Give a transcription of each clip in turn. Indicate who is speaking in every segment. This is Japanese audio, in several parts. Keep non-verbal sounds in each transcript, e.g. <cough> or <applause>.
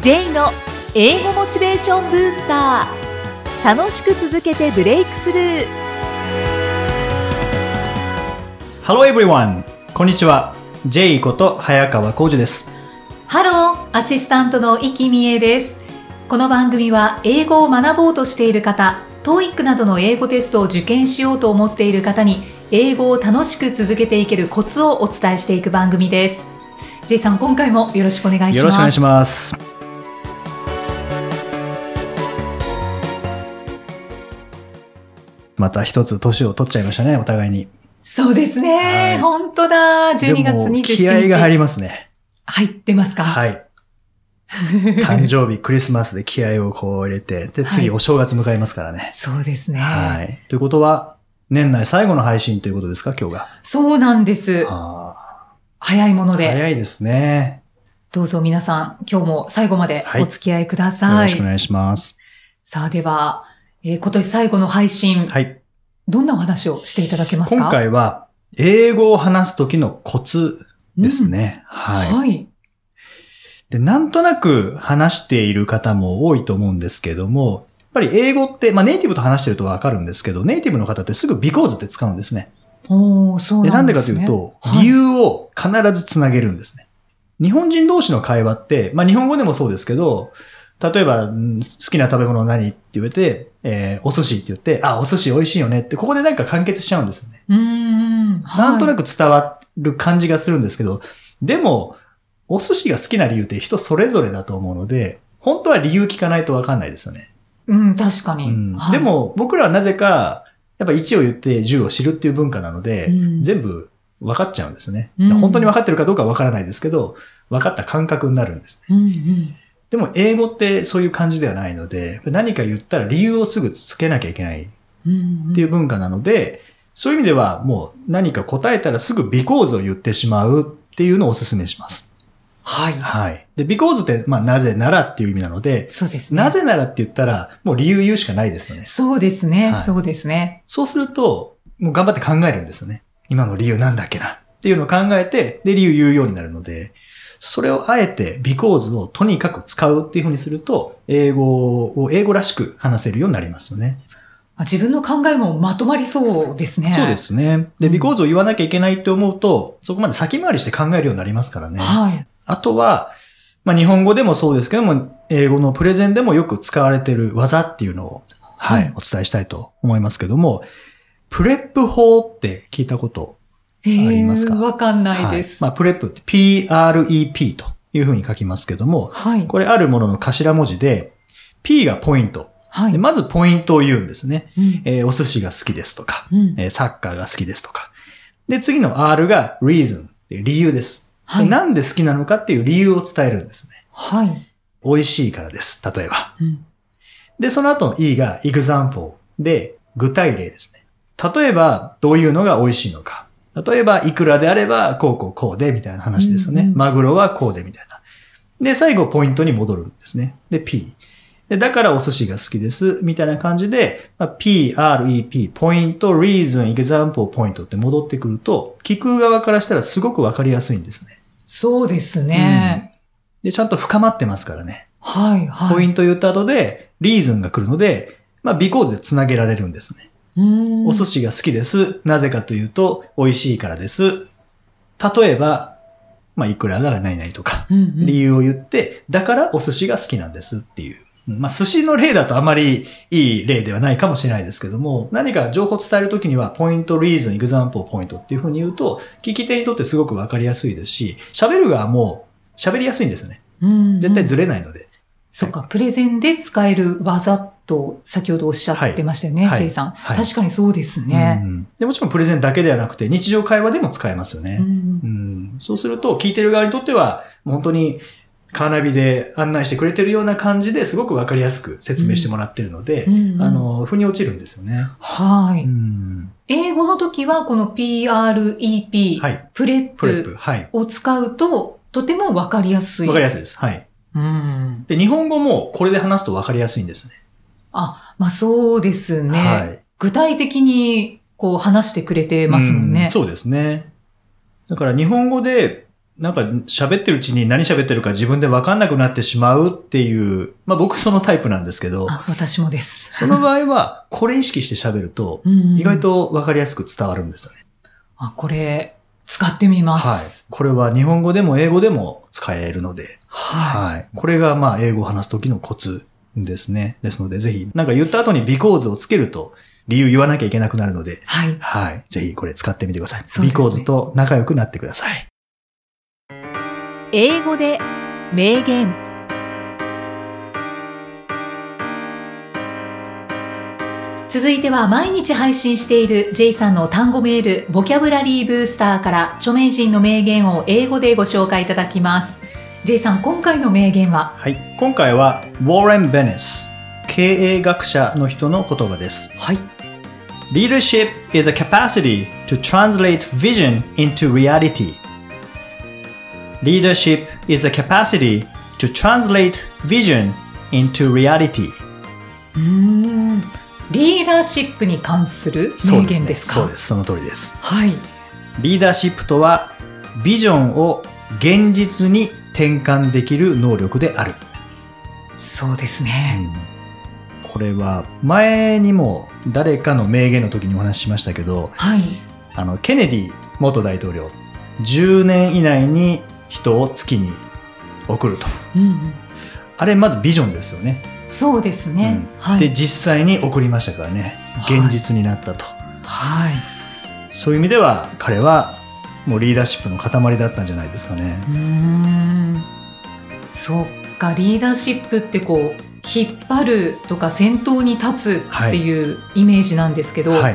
Speaker 1: J の英語モチベーションブースター楽しく続けてブレイクスルー
Speaker 2: Hello everyone! こんにちは。J こと早川浩二です。
Speaker 1: ハローアシスタントの生きみえですこの番組は英語を学ぼうとしている方 TOEIC などの英語テストを受験しようと思っている方に英語を楽しく続けていけるコツをお伝えしていく番組です J さん今回もよろしくお願いします
Speaker 2: よろしくお願いします。また一つ年を取っちゃいましたね、お互いに。
Speaker 1: そうですね、
Speaker 2: はい
Speaker 1: 本当だ12月
Speaker 2: で
Speaker 1: 27
Speaker 2: も
Speaker 1: 日
Speaker 2: 気合が入りますね。
Speaker 1: 入ってますか、 <laughs>
Speaker 2: はい。誕生日、クリスマスで気合をこう入れて、で、次
Speaker 1: はい
Speaker 2: お正月迎えますからね。
Speaker 1: そうですね、
Speaker 2: はい。ということは、年内最後の配信ということですか、今日が。
Speaker 1: そうなんです
Speaker 2: あ
Speaker 1: 早いもの
Speaker 2: ー
Speaker 1: で
Speaker 2: 早いですね。
Speaker 1: どうぞ皆さん今日も最後まで
Speaker 2: はい
Speaker 1: お付き合いくだ
Speaker 2: よ
Speaker 1: さ
Speaker 2: ろ
Speaker 1: い、
Speaker 2: しくお願いします。
Speaker 1: さあでは、えー今年最後の配信、
Speaker 2: はい。
Speaker 1: どんなお話をしていただけますか
Speaker 2: 今回は、英語を話す時のコツです、ね。
Speaker 1: うん
Speaker 2: はい。
Speaker 1: はい、
Speaker 2: で、なんとなく話している方も多いと思うんですけども、やっぱり英語って、まあネイティブと話してるとわかるんですけど、ネイティブの方ってすぐ because って使うんですね。
Speaker 1: おおそう
Speaker 2: で、
Speaker 1: な
Speaker 2: なんん
Speaker 1: で
Speaker 2: でか
Speaker 1: す
Speaker 2: と
Speaker 1: ね
Speaker 2: いうと、
Speaker 1: はい
Speaker 2: 理由を必ずつなげるんですね。日本人同士の会話って、まあ日本語でもそうですけど、例えば、ん好きな食べ物何って言われて、えーお寿司って言って、あ、お寿司美味しいよねって、ここでなんか完結しちゃうんですよね。
Speaker 1: うーん、はい
Speaker 2: なんとなく伝わる感じがするんですけど、でも、お寿司が好きな理由って人それぞれだと思うので、本当は理由聞かないとわかんないですよね。
Speaker 1: うん、確か
Speaker 2: う
Speaker 1: に、
Speaker 2: ん
Speaker 1: はい
Speaker 2: で、も、僕らはなぜか、やっぱ1を言って10を知るっていう文化なので、
Speaker 1: うん
Speaker 2: 全部分かっちゃうんですね。
Speaker 1: うん
Speaker 2: 本当に分かってるかどうかは分からないですけど、分かった感覚になるんですね。
Speaker 1: うんうん、
Speaker 2: でも、英語ってそういう感じではないので、何か言ったら理由をすぐつけなきゃいけない
Speaker 1: うんうん、
Speaker 2: っていう文化なので、そういう意味ではもう何か答えたらすぐ because を言ってしまうっていうのをお勧めします。
Speaker 1: はい、
Speaker 2: はい。で、because って、まあ、なぜならっていう意味なので、
Speaker 1: そうですね。
Speaker 2: なぜならって言ったら、もう理由言うしかないですよね。
Speaker 1: そうですね、
Speaker 2: はい
Speaker 1: そうですね。
Speaker 2: そうすると、もう頑張って考えるんですよね。今の理由なんだっけなっていうのを考えて、で、理由言うようになるので、それをあえて because をとにかく使うっていうふうにすると、英語を英語らしく話せるようになりますよね。
Speaker 1: あ自分の考えもまとまりそうですね。
Speaker 2: そうで。すね。で、
Speaker 1: うん
Speaker 2: ビコーズを言わなきゃいけないと思うと、そこまで先回りして考えるようになりますからね。
Speaker 1: はい。
Speaker 2: あとは、まあ、日本語でもそうですけども、英語のプレゼンでもよく使われてる技っていうのを、は
Speaker 1: はい
Speaker 2: い、お伝えしたいと思いますけども、プレップ法って聞いたこと
Speaker 1: え
Speaker 2: ありますか
Speaker 1: ー、わかんないです。
Speaker 2: は
Speaker 1: はい
Speaker 2: まあ、プレップって PREP というふうに書きますけども、
Speaker 1: い。
Speaker 2: これあるものの頭文字で、P がポイント。
Speaker 1: はい。
Speaker 2: でまずポイントを言うんですね。
Speaker 1: うん
Speaker 2: えーお寿司が好きですとか、
Speaker 1: うん
Speaker 2: えーサッカーが好きですとか。で、次の R が reason っていう理由です、
Speaker 1: はい。
Speaker 2: なんで好きなのかっていう理由を伝えるんですね。
Speaker 1: はい。
Speaker 2: 美味しいからです。例えば。
Speaker 1: うん
Speaker 2: で、その後の E が example で具体例ですね。例えば、どういうのが美味しいのか。例えば、いくらであれば、こうこうこうで、みたいな話ですよね。
Speaker 1: うんうん
Speaker 2: マグロはこうで、みたいな。で、最後、ポイントに戻るんですね。で、P。で、だからお寿司が好きです、みたいな感じで、まあ P, R, E, P, ポイント、reason, example, ポイントって戻ってくると、聞く側からしたらすごくわかりやすいんですね。
Speaker 1: そうですね。
Speaker 2: で、ちゃんと深まってますからね。
Speaker 1: はい、はい。
Speaker 2: ポイント言った後で、リーズンが来るので、まあ、ビコーズで繋げられるんですね。
Speaker 1: うん
Speaker 2: お寿司が好きです。なぜかというと、美味しいからです。例えば、まあ、いくらがないないとか、
Speaker 1: うんうん
Speaker 2: 理由を言って、だからお寿司が好きなんですっていう。まあ、寿司の例だとあまりいい例ではないかもしれないですけども、何か情報を伝えるときには、ポイント、リーズン、エグザンプル、ポイントっていうふうに言うと、聞き手にとってすごくわかりやすいですし、喋る側も喋りやすいんですよね。
Speaker 1: うんうん
Speaker 2: 絶対ずれないので。
Speaker 1: そっか、プレゼンで使える技と先ほどおっしゃってましたよね、
Speaker 2: はい
Speaker 1: J さん、
Speaker 2: はい
Speaker 1: 確かにそうですね。
Speaker 2: うんで。もちろんプレゼンだけではなくて、日常会話でも使えますよ
Speaker 1: う
Speaker 2: ね。
Speaker 1: ん
Speaker 2: うんそうすると、聞いてる側にとっては、もう本当にカーナビで案内してくれてるような感じですごくわかりやすく説明してもらってるので、
Speaker 1: うんうん
Speaker 2: あの、腑に落ちるんですよね。
Speaker 1: はい、
Speaker 2: うん
Speaker 1: 英語の時はこの PREP、
Speaker 2: はい。
Speaker 1: プレッ
Speaker 2: プレップ。
Speaker 1: プ
Speaker 2: はい。
Speaker 1: を使うととてもわかりやすい。
Speaker 2: わかりやすいです。はい。
Speaker 1: うん。
Speaker 2: で、日本語もこれで話すとわかりやすいんですね。
Speaker 1: あ、まあそうですね。
Speaker 2: はい。
Speaker 1: 具体的にこう話してくれてますもん
Speaker 2: う
Speaker 1: ね。
Speaker 2: そうですね。だから日本語でなんか喋ってるうちに何喋ってるか自分で分かんなくなってしまうっていう、まあ僕そのタイプなんですけど、
Speaker 1: あ、私もです。 <laughs>
Speaker 2: その場合はこれ意識して喋ると
Speaker 1: うん
Speaker 2: 意外。と分かりやすく伝わるんですよね。
Speaker 1: あ、これ、使ってみま
Speaker 2: はい
Speaker 1: す。。
Speaker 2: これは日本語でも英語でも使えるので、
Speaker 1: はい。
Speaker 2: はい。これがまあ英語を話す時のコツですね。ですのでぜひ、なんか言った後に because をつけると理由言わなきゃいけなくなるので、
Speaker 1: はい。
Speaker 2: はい。ぜひこれ使ってみてください。
Speaker 1: そうですね
Speaker 2: because と仲良くなってください。
Speaker 1: 英語で名言続いては毎日配信している J さんの単語メールボキャブラリーブースターから著名人の名言を英語でご紹介いただきます J さん今回の名言は
Speaker 2: はい、今回はウォーレン・ベネス経営学者の人の言葉です
Speaker 1: はい
Speaker 2: Leadership is the capacity to translate vision into reality Leadership is the capacity to translate vision into reality
Speaker 1: うーんリーダーシップに関する名言ですか
Speaker 2: そうですその通りです
Speaker 1: はい
Speaker 2: リーダーシップとはビジョンを現実に転換できる能力である
Speaker 1: そうですね、
Speaker 2: うんこれは前にも誰かの名言の時にお話ししましたけど
Speaker 1: はい
Speaker 2: あのケネディ元大統領10年以内に人を月に送ると
Speaker 1: うんうん
Speaker 2: あれまずビジョンですよね、
Speaker 1: そうですね、
Speaker 2: うん
Speaker 1: は
Speaker 2: で
Speaker 1: い
Speaker 2: 実際に送りましたからね
Speaker 1: はい
Speaker 2: 現実になったと、
Speaker 1: はい
Speaker 2: そういう意味では彼はもうリーダーシップの塊だったんじゃないですかね
Speaker 1: うーんそっかリーダーシップってこう引っ張るとか先頭に立つっていうイメージなんですけど、
Speaker 2: はい、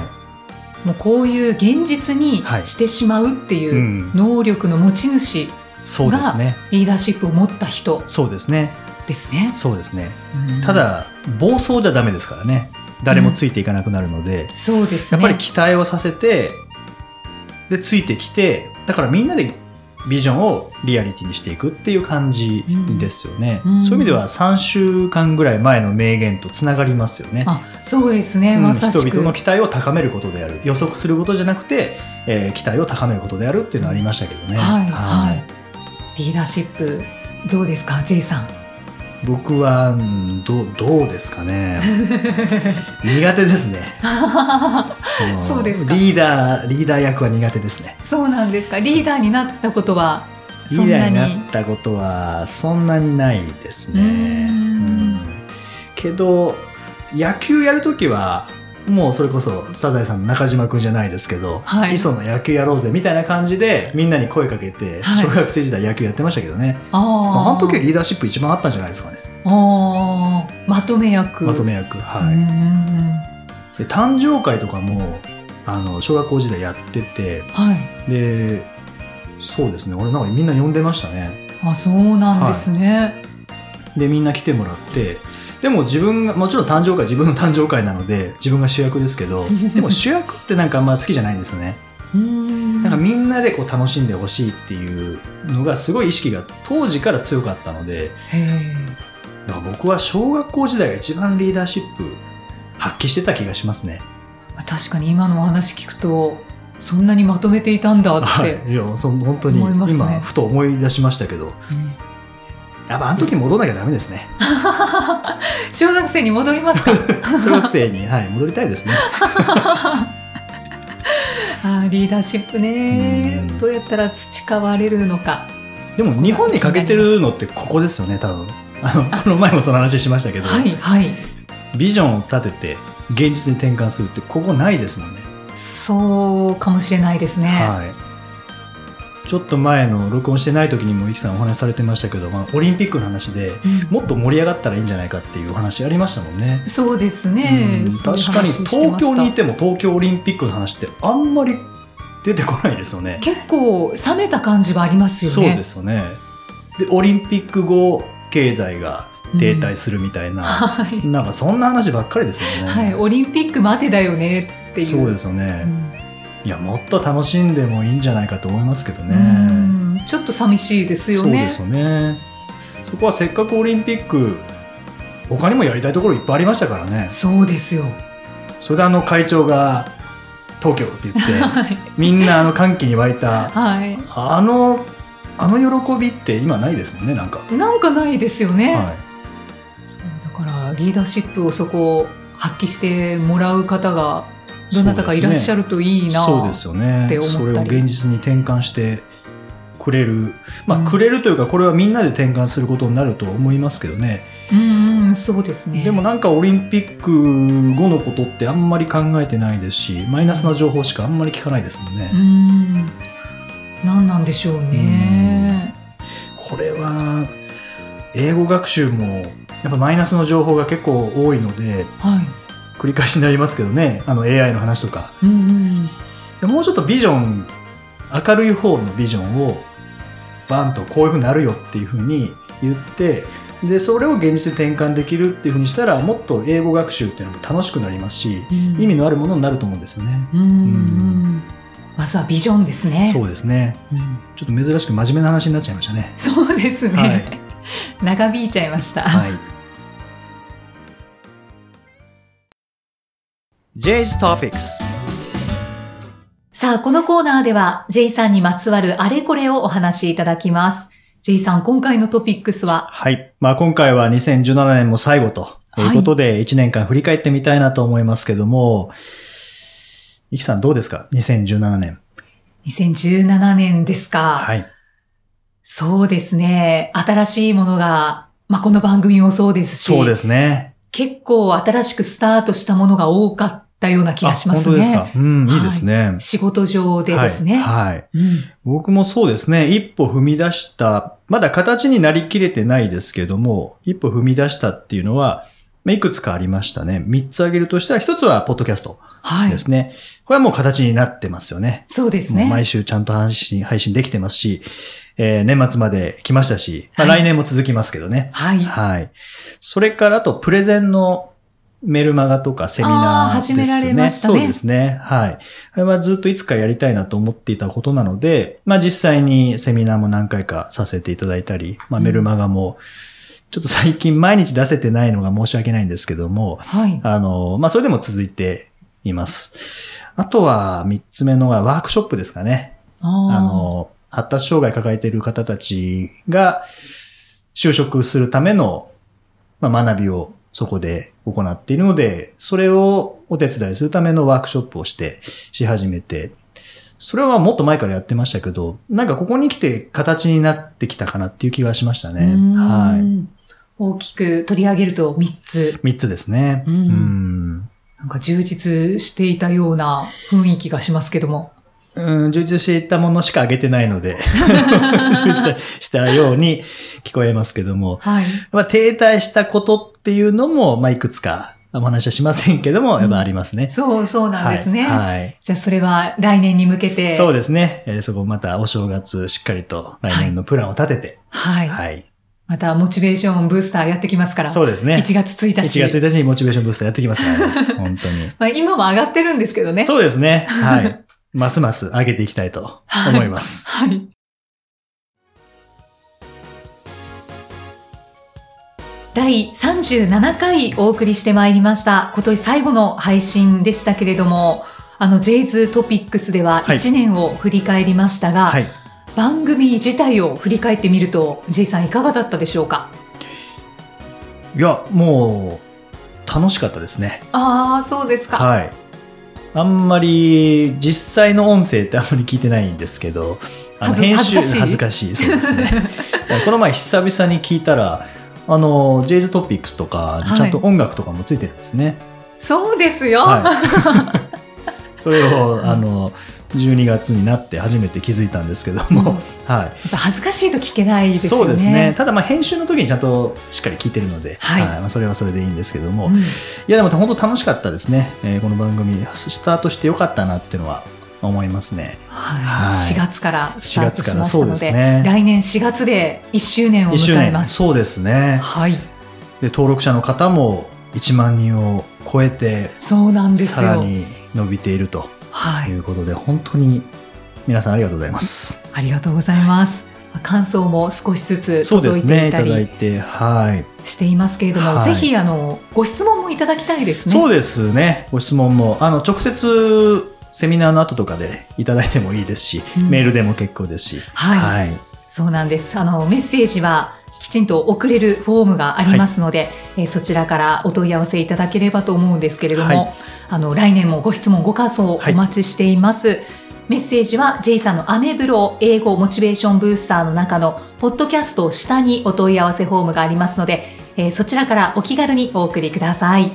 Speaker 1: もうこういう現実に
Speaker 2: はい、
Speaker 1: してしまうっていうううん能力の持ち主、
Speaker 2: そうですね
Speaker 1: リーダーシップを持った人
Speaker 2: そうですね
Speaker 1: ですね。
Speaker 2: そうですね
Speaker 1: うん
Speaker 2: ただ暴走じゃダメですからね誰もついていかなくなるので、
Speaker 1: そうです
Speaker 2: やっ
Speaker 1: ね
Speaker 2: ぱり期待をさせて、で、ついてきて、だからみんなでビジョンをリアリティにしていくっていう感じですよね。
Speaker 1: うんうん
Speaker 2: そういう意味では3週間ぐらい前の名言とつながりますよね。
Speaker 1: あそうですね、
Speaker 2: うん
Speaker 1: まさ
Speaker 2: 人
Speaker 1: しく
Speaker 2: 々の期待を高めることである予測することじゃなくて、えー期待を高めることであるっていうのはありましたけどね、
Speaker 1: はいはい、リーダーシップどうですか J さん
Speaker 2: 僕はうんどうどうですかね苦手ですね
Speaker 1: <laughs>
Speaker 2: の
Speaker 1: そうですか
Speaker 2: リーダーリーダー役は苦手ですね
Speaker 1: <laughs> そうなんですかリーダーになったことは
Speaker 2: リ
Speaker 1: そん
Speaker 2: ーダー
Speaker 1: な
Speaker 2: に
Speaker 1: に
Speaker 2: なったことはそんなにないですね。
Speaker 1: う
Speaker 2: うんんけど野球やるときはもうそれこそサザエさんの中島君じゃないですけど、
Speaker 1: はい
Speaker 2: 磯野野球やろうぜみたいな感じでみんなに声かけて、
Speaker 1: はい
Speaker 2: 小学生時代野球やってましたけどね、
Speaker 1: あ
Speaker 2: ま
Speaker 1: あ
Speaker 2: あ、あの時はリーダーシップ一番あったんじゃないですかね
Speaker 1: あーまとめ役
Speaker 2: まとめ役はい、
Speaker 1: うんう
Speaker 2: で
Speaker 1: んうん
Speaker 2: 誕生会とかもあの小学校時代やってて
Speaker 1: はい
Speaker 2: でそうですね俺なんかみんな呼んでましたね
Speaker 1: あそうなんですね、
Speaker 2: でみんな来てもらってでも自分がもちろん誕生会自分の誕生会なので自分が主役です
Speaker 1: <laughs>
Speaker 2: けどでも主役ってなんかあんま好きじゃないんですよね
Speaker 1: うん
Speaker 2: なんかみんなでこう楽しんでほしいっていうのがすごい意識が当時から強かったので
Speaker 1: へえ
Speaker 2: だから僕は小学校時代が一番リーダーシップ発揮してた気がしますね
Speaker 1: 確かに今のお話聞くとそんなにまとめていたんだっ
Speaker 2: は
Speaker 1: て、
Speaker 2: <laughs> いいやその本当に
Speaker 1: 思いますね
Speaker 2: 今ふと思い出しましたけど
Speaker 1: うん
Speaker 2: やっぱあの時に戻らなきゃダメですね
Speaker 1: 小学生に戻り
Speaker 2: <laughs>
Speaker 1: ますか
Speaker 2: 小学生に、はい、戻りたいですね
Speaker 1: あーリーダーシップね
Speaker 2: うん
Speaker 1: どうやったら培われるのか
Speaker 2: でも日本に欠けてるのってここですよね多分あのこの前もその話しましたけど、
Speaker 1: はいはい
Speaker 2: ビジョンを立てて現実に転換するってここないですもんね、
Speaker 1: そうかもしれないですね、
Speaker 2: はいちょっと前の録音してない時にもゆきさんお話しされてましたけど、まあ、オリンピックの話で
Speaker 1: うん
Speaker 2: もっと盛り上がったらいいんじゃないかっていうお話ありましたもんね、
Speaker 1: そうです
Speaker 2: う
Speaker 1: ね
Speaker 2: ん
Speaker 1: そういう
Speaker 2: 確かに
Speaker 1: 話してま
Speaker 2: 東
Speaker 1: した
Speaker 2: 京にいても東京オリンピックの話ってあんまり出てこないですよね
Speaker 1: 結構冷めた感じはありますよ
Speaker 2: そう
Speaker 1: ね。。
Speaker 2: ですすよねでオリンピック後経済が停滞するみたいな、
Speaker 1: はい。
Speaker 2: なんかそんな話ばっかりですよね。
Speaker 1: はい、オリンピックまでだよねっていう。
Speaker 2: そうですよ
Speaker 1: う
Speaker 2: ね、
Speaker 1: ん
Speaker 2: いやもっと楽しんでもいいんじゃないかと思いますけどね。
Speaker 1: うんちょっと寂しいですよ
Speaker 2: そうで
Speaker 1: ね。
Speaker 2: すよね。そこはせっかくオリンピック他にもやりたいところいっぱいありましたからね。
Speaker 1: そうですよ。
Speaker 2: それであの会長が東京って言って
Speaker 1: <laughs> はい。
Speaker 2: みんなあの歓喜に沸いた
Speaker 1: はい。
Speaker 2: あのあの喜びって今ないですもんね、なんか。
Speaker 1: なんかないですよね、
Speaker 2: はい。
Speaker 1: そうだからリーダーシップをそこ発揮してもらう方がどなたかいらっしゃるといいな
Speaker 2: そうですよね
Speaker 1: って思った
Speaker 2: そ
Speaker 1: り
Speaker 2: れを現実に転換してくれるまあ、
Speaker 1: うん
Speaker 2: くれるというかこれはみんなで転換することになると思いますけどね
Speaker 1: うんうんそうですね
Speaker 2: でもなんかオリンピック後のことってあんまり考えてないですしマイナスな情報しかあんまり聞かないですもんね、
Speaker 1: うん何なんでしょうね
Speaker 2: これは英語学習もやっぱマイナスの情報が結構多いので
Speaker 1: はい
Speaker 2: 繰り返しになりますけどねあの AI の話とか
Speaker 1: うんうん
Speaker 2: でもうちょっとビジョン明るい方のビジョンをバンとこういうふうになるよっていうふうに言ってでそれを現実に転換できるっていうふうにしたらもっと英語学習っていうのも楽しくなりますし
Speaker 1: うん
Speaker 2: 意味のあるものになると思うんですよね。
Speaker 1: うんうんんまずはビジョンですね
Speaker 2: そうですね
Speaker 1: うん
Speaker 2: ちょっと珍しく真面目な話になっちゃいましたね。
Speaker 1: そうですね、
Speaker 2: はい
Speaker 1: 長引いちゃいました、
Speaker 2: はい J's Topics
Speaker 1: さあこのコーナーでは J さんにまつわるあれこれをお話しいただきます J さん今回のトピックスは
Speaker 2: はい。まあ今回は2017年も最後と
Speaker 1: い
Speaker 2: いうことで、1年間振り返ってみたいなと思いますけども、いきさんどうですか ?2017 年。
Speaker 1: 2017年ですか、
Speaker 2: はい。
Speaker 1: そうですね。新しいものが、まあ、この番組もそうですし、
Speaker 2: そうですね。
Speaker 1: 結構新しくスタートしたものが多かったような気がしますね。
Speaker 2: あ本当ですか。うん、いいですね。
Speaker 1: 仕事上でですね。
Speaker 2: はい。はい
Speaker 1: うん
Speaker 2: 僕もそうですね。一歩踏み出した、まだ形になりきれてないですけども、一歩踏み出したっていうのは、まあいくつかありましたね。三つ挙げるとしたら、一つはポッドキャスト
Speaker 1: はい
Speaker 2: で。すね。これはもう形になってますよね。
Speaker 1: そうです
Speaker 2: もう
Speaker 1: ね。
Speaker 2: 毎週ちゃんと配信、配信できてますし、えー年末まで来ましたし、まあ、
Speaker 1: はい
Speaker 2: 来年も続きますけどね。
Speaker 1: はい。
Speaker 2: はい。それから、あと、プレゼンのメルマガとかセミ
Speaker 1: あー
Speaker 2: ナーで
Speaker 1: 始
Speaker 2: すね。
Speaker 1: められましたね
Speaker 2: そうですね。はい。あれはずっといつかやりたいなと思っていたことなので、まあ実際にセミナーも何回かさせていただいたり、まあメルマガも、ちょっと最近毎日出せてないのが申し訳ないんですけども、
Speaker 1: はい。
Speaker 2: あの、まあ、それでも続いています。あとは、三つ目のはワークショップですかね。
Speaker 1: あー
Speaker 2: あの、発達障害抱えている方たちが、就職するための、まあ、学びをそこで行っているので、それをお手伝いするためのワークショップをして、し始めて、それはもっと前からやってましたけど、なんかここに来て形になってきたかなっていう気がしましたね。
Speaker 1: うーん
Speaker 2: はい。
Speaker 1: 大きく取り上げると3つ、
Speaker 2: 三つですね。
Speaker 1: うん
Speaker 2: うん
Speaker 1: なんか充実していたような雰囲気がしますけども。
Speaker 2: うん、充実していったものしか上げてないので、
Speaker 1: <laughs>
Speaker 2: 充実したように聞こえますけども、
Speaker 1: はい。
Speaker 2: まあ、停滞したことっていうのも、まあ、いくつかお話はしませんけども、やっぱありますね。
Speaker 1: そう、そうなんですね。
Speaker 2: はい。はい
Speaker 1: じゃあ、それは来年に向けて。
Speaker 2: そうですね。えーそこまたお正月しっかりと来年のプランを立てて、
Speaker 1: はい。
Speaker 2: はい。
Speaker 1: またモチベーションブースターやってきますから。
Speaker 2: そうですね。
Speaker 1: 1月1
Speaker 2: 1
Speaker 1: 日。
Speaker 2: 月1日にモチベーションブースターやってきますから
Speaker 1: <laughs>
Speaker 2: ね。本当に。
Speaker 1: まあ、今も上がってるんですけどね。
Speaker 2: そうですね。はい。ますます上げていきたいと思いま
Speaker 1: <laughs>
Speaker 2: す。
Speaker 1: はい。第37回お送りしてまいりました。今年最後の配信でしたけれども、あの、ジェイズトピックスでは
Speaker 2: はい
Speaker 1: 1年を振り返りましたが、
Speaker 2: はい。
Speaker 1: 番組自体を振り返ってみると、ジェイさんいかがだったでしょうか
Speaker 2: いや、もう、楽しかったですね。
Speaker 1: ああ、そうですか。
Speaker 2: はい。あんまり実際の音声ってあんまり聞いてないんですけど、あの
Speaker 1: 恥ず
Speaker 2: 編集
Speaker 1: 恥ずかしい
Speaker 2: 恥ずかしいそうですね。
Speaker 1: <laughs>
Speaker 2: この前久々に聞いたら、あの j イズトピックスと
Speaker 1: は
Speaker 2: か
Speaker 1: い
Speaker 2: ちゃんと音楽とかもついてるんですね。
Speaker 1: そうですよ。
Speaker 2: はい。 <laughs> それをあの12月になって初めて気づいたんですけど
Speaker 1: うん
Speaker 2: も、
Speaker 1: や
Speaker 2: はい。
Speaker 1: っぱ恥ずかしいと聞けないですよね。
Speaker 2: そうですね。。ただまあ編集の時にちゃんとしっかり聞いてるので、
Speaker 1: はい
Speaker 2: まあそれはそれでいいんですけども、
Speaker 1: うん
Speaker 2: いやでも本当楽しかったですね、えーこの番組スタートしてよかったなっていうのは思いますね
Speaker 1: はい、
Speaker 2: はい
Speaker 1: 4月からスタートしました
Speaker 2: そう
Speaker 1: の
Speaker 2: で
Speaker 1: です
Speaker 2: ね
Speaker 1: 来年4月で1周年を
Speaker 2: 一
Speaker 1: 迎
Speaker 2: 周
Speaker 1: え
Speaker 2: 年
Speaker 1: ます。
Speaker 2: そうですね
Speaker 1: はい、
Speaker 2: で登録者の方も1万人を超えて
Speaker 1: そうなんです
Speaker 2: さら
Speaker 1: よ。
Speaker 2: に伸びていると
Speaker 1: はいい、
Speaker 2: うことで、本当に皆さんありがとうございます
Speaker 1: ありがとうございます。感想も少しずつ
Speaker 2: そうで
Speaker 1: 届い
Speaker 2: す
Speaker 1: て
Speaker 2: ね
Speaker 1: い
Speaker 2: い
Speaker 1: た
Speaker 2: ただい
Speaker 1: り
Speaker 2: てはい
Speaker 1: していますけれども、
Speaker 2: はい
Speaker 1: ぜひあのご質問もいただきたいですね。
Speaker 2: そうですねご質問もあの直接セミナーの後とかでいただいてもいいですし、
Speaker 1: うん
Speaker 2: メールでも結構ですし
Speaker 1: はい、
Speaker 2: い
Speaker 1: そうなんです。あの、メッセージはきちんと送れるフォームがありますので、えーそちらからお問い合わせいただければと思うんですけれども、
Speaker 2: はい
Speaker 1: あの、来年もご質問、ご感想を
Speaker 2: はい
Speaker 1: お待ちしています。メッセージは J さんのアメブロ英語モチベーションブースターの中のポッドキャストを下にお問い合わせフォームがありますので、えーそちらからお気軽にお送りください。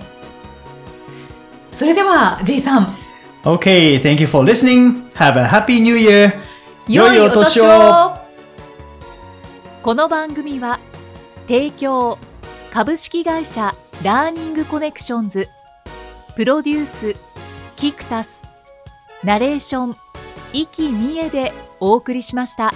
Speaker 1: それでは J さん、
Speaker 2: Okay, thank you for listening. Have a happy new year. 良いお年を
Speaker 1: この番組は提供株式会社ラーニングコネクションズプロデュースキクタスナレーション生きみえでお送りしました。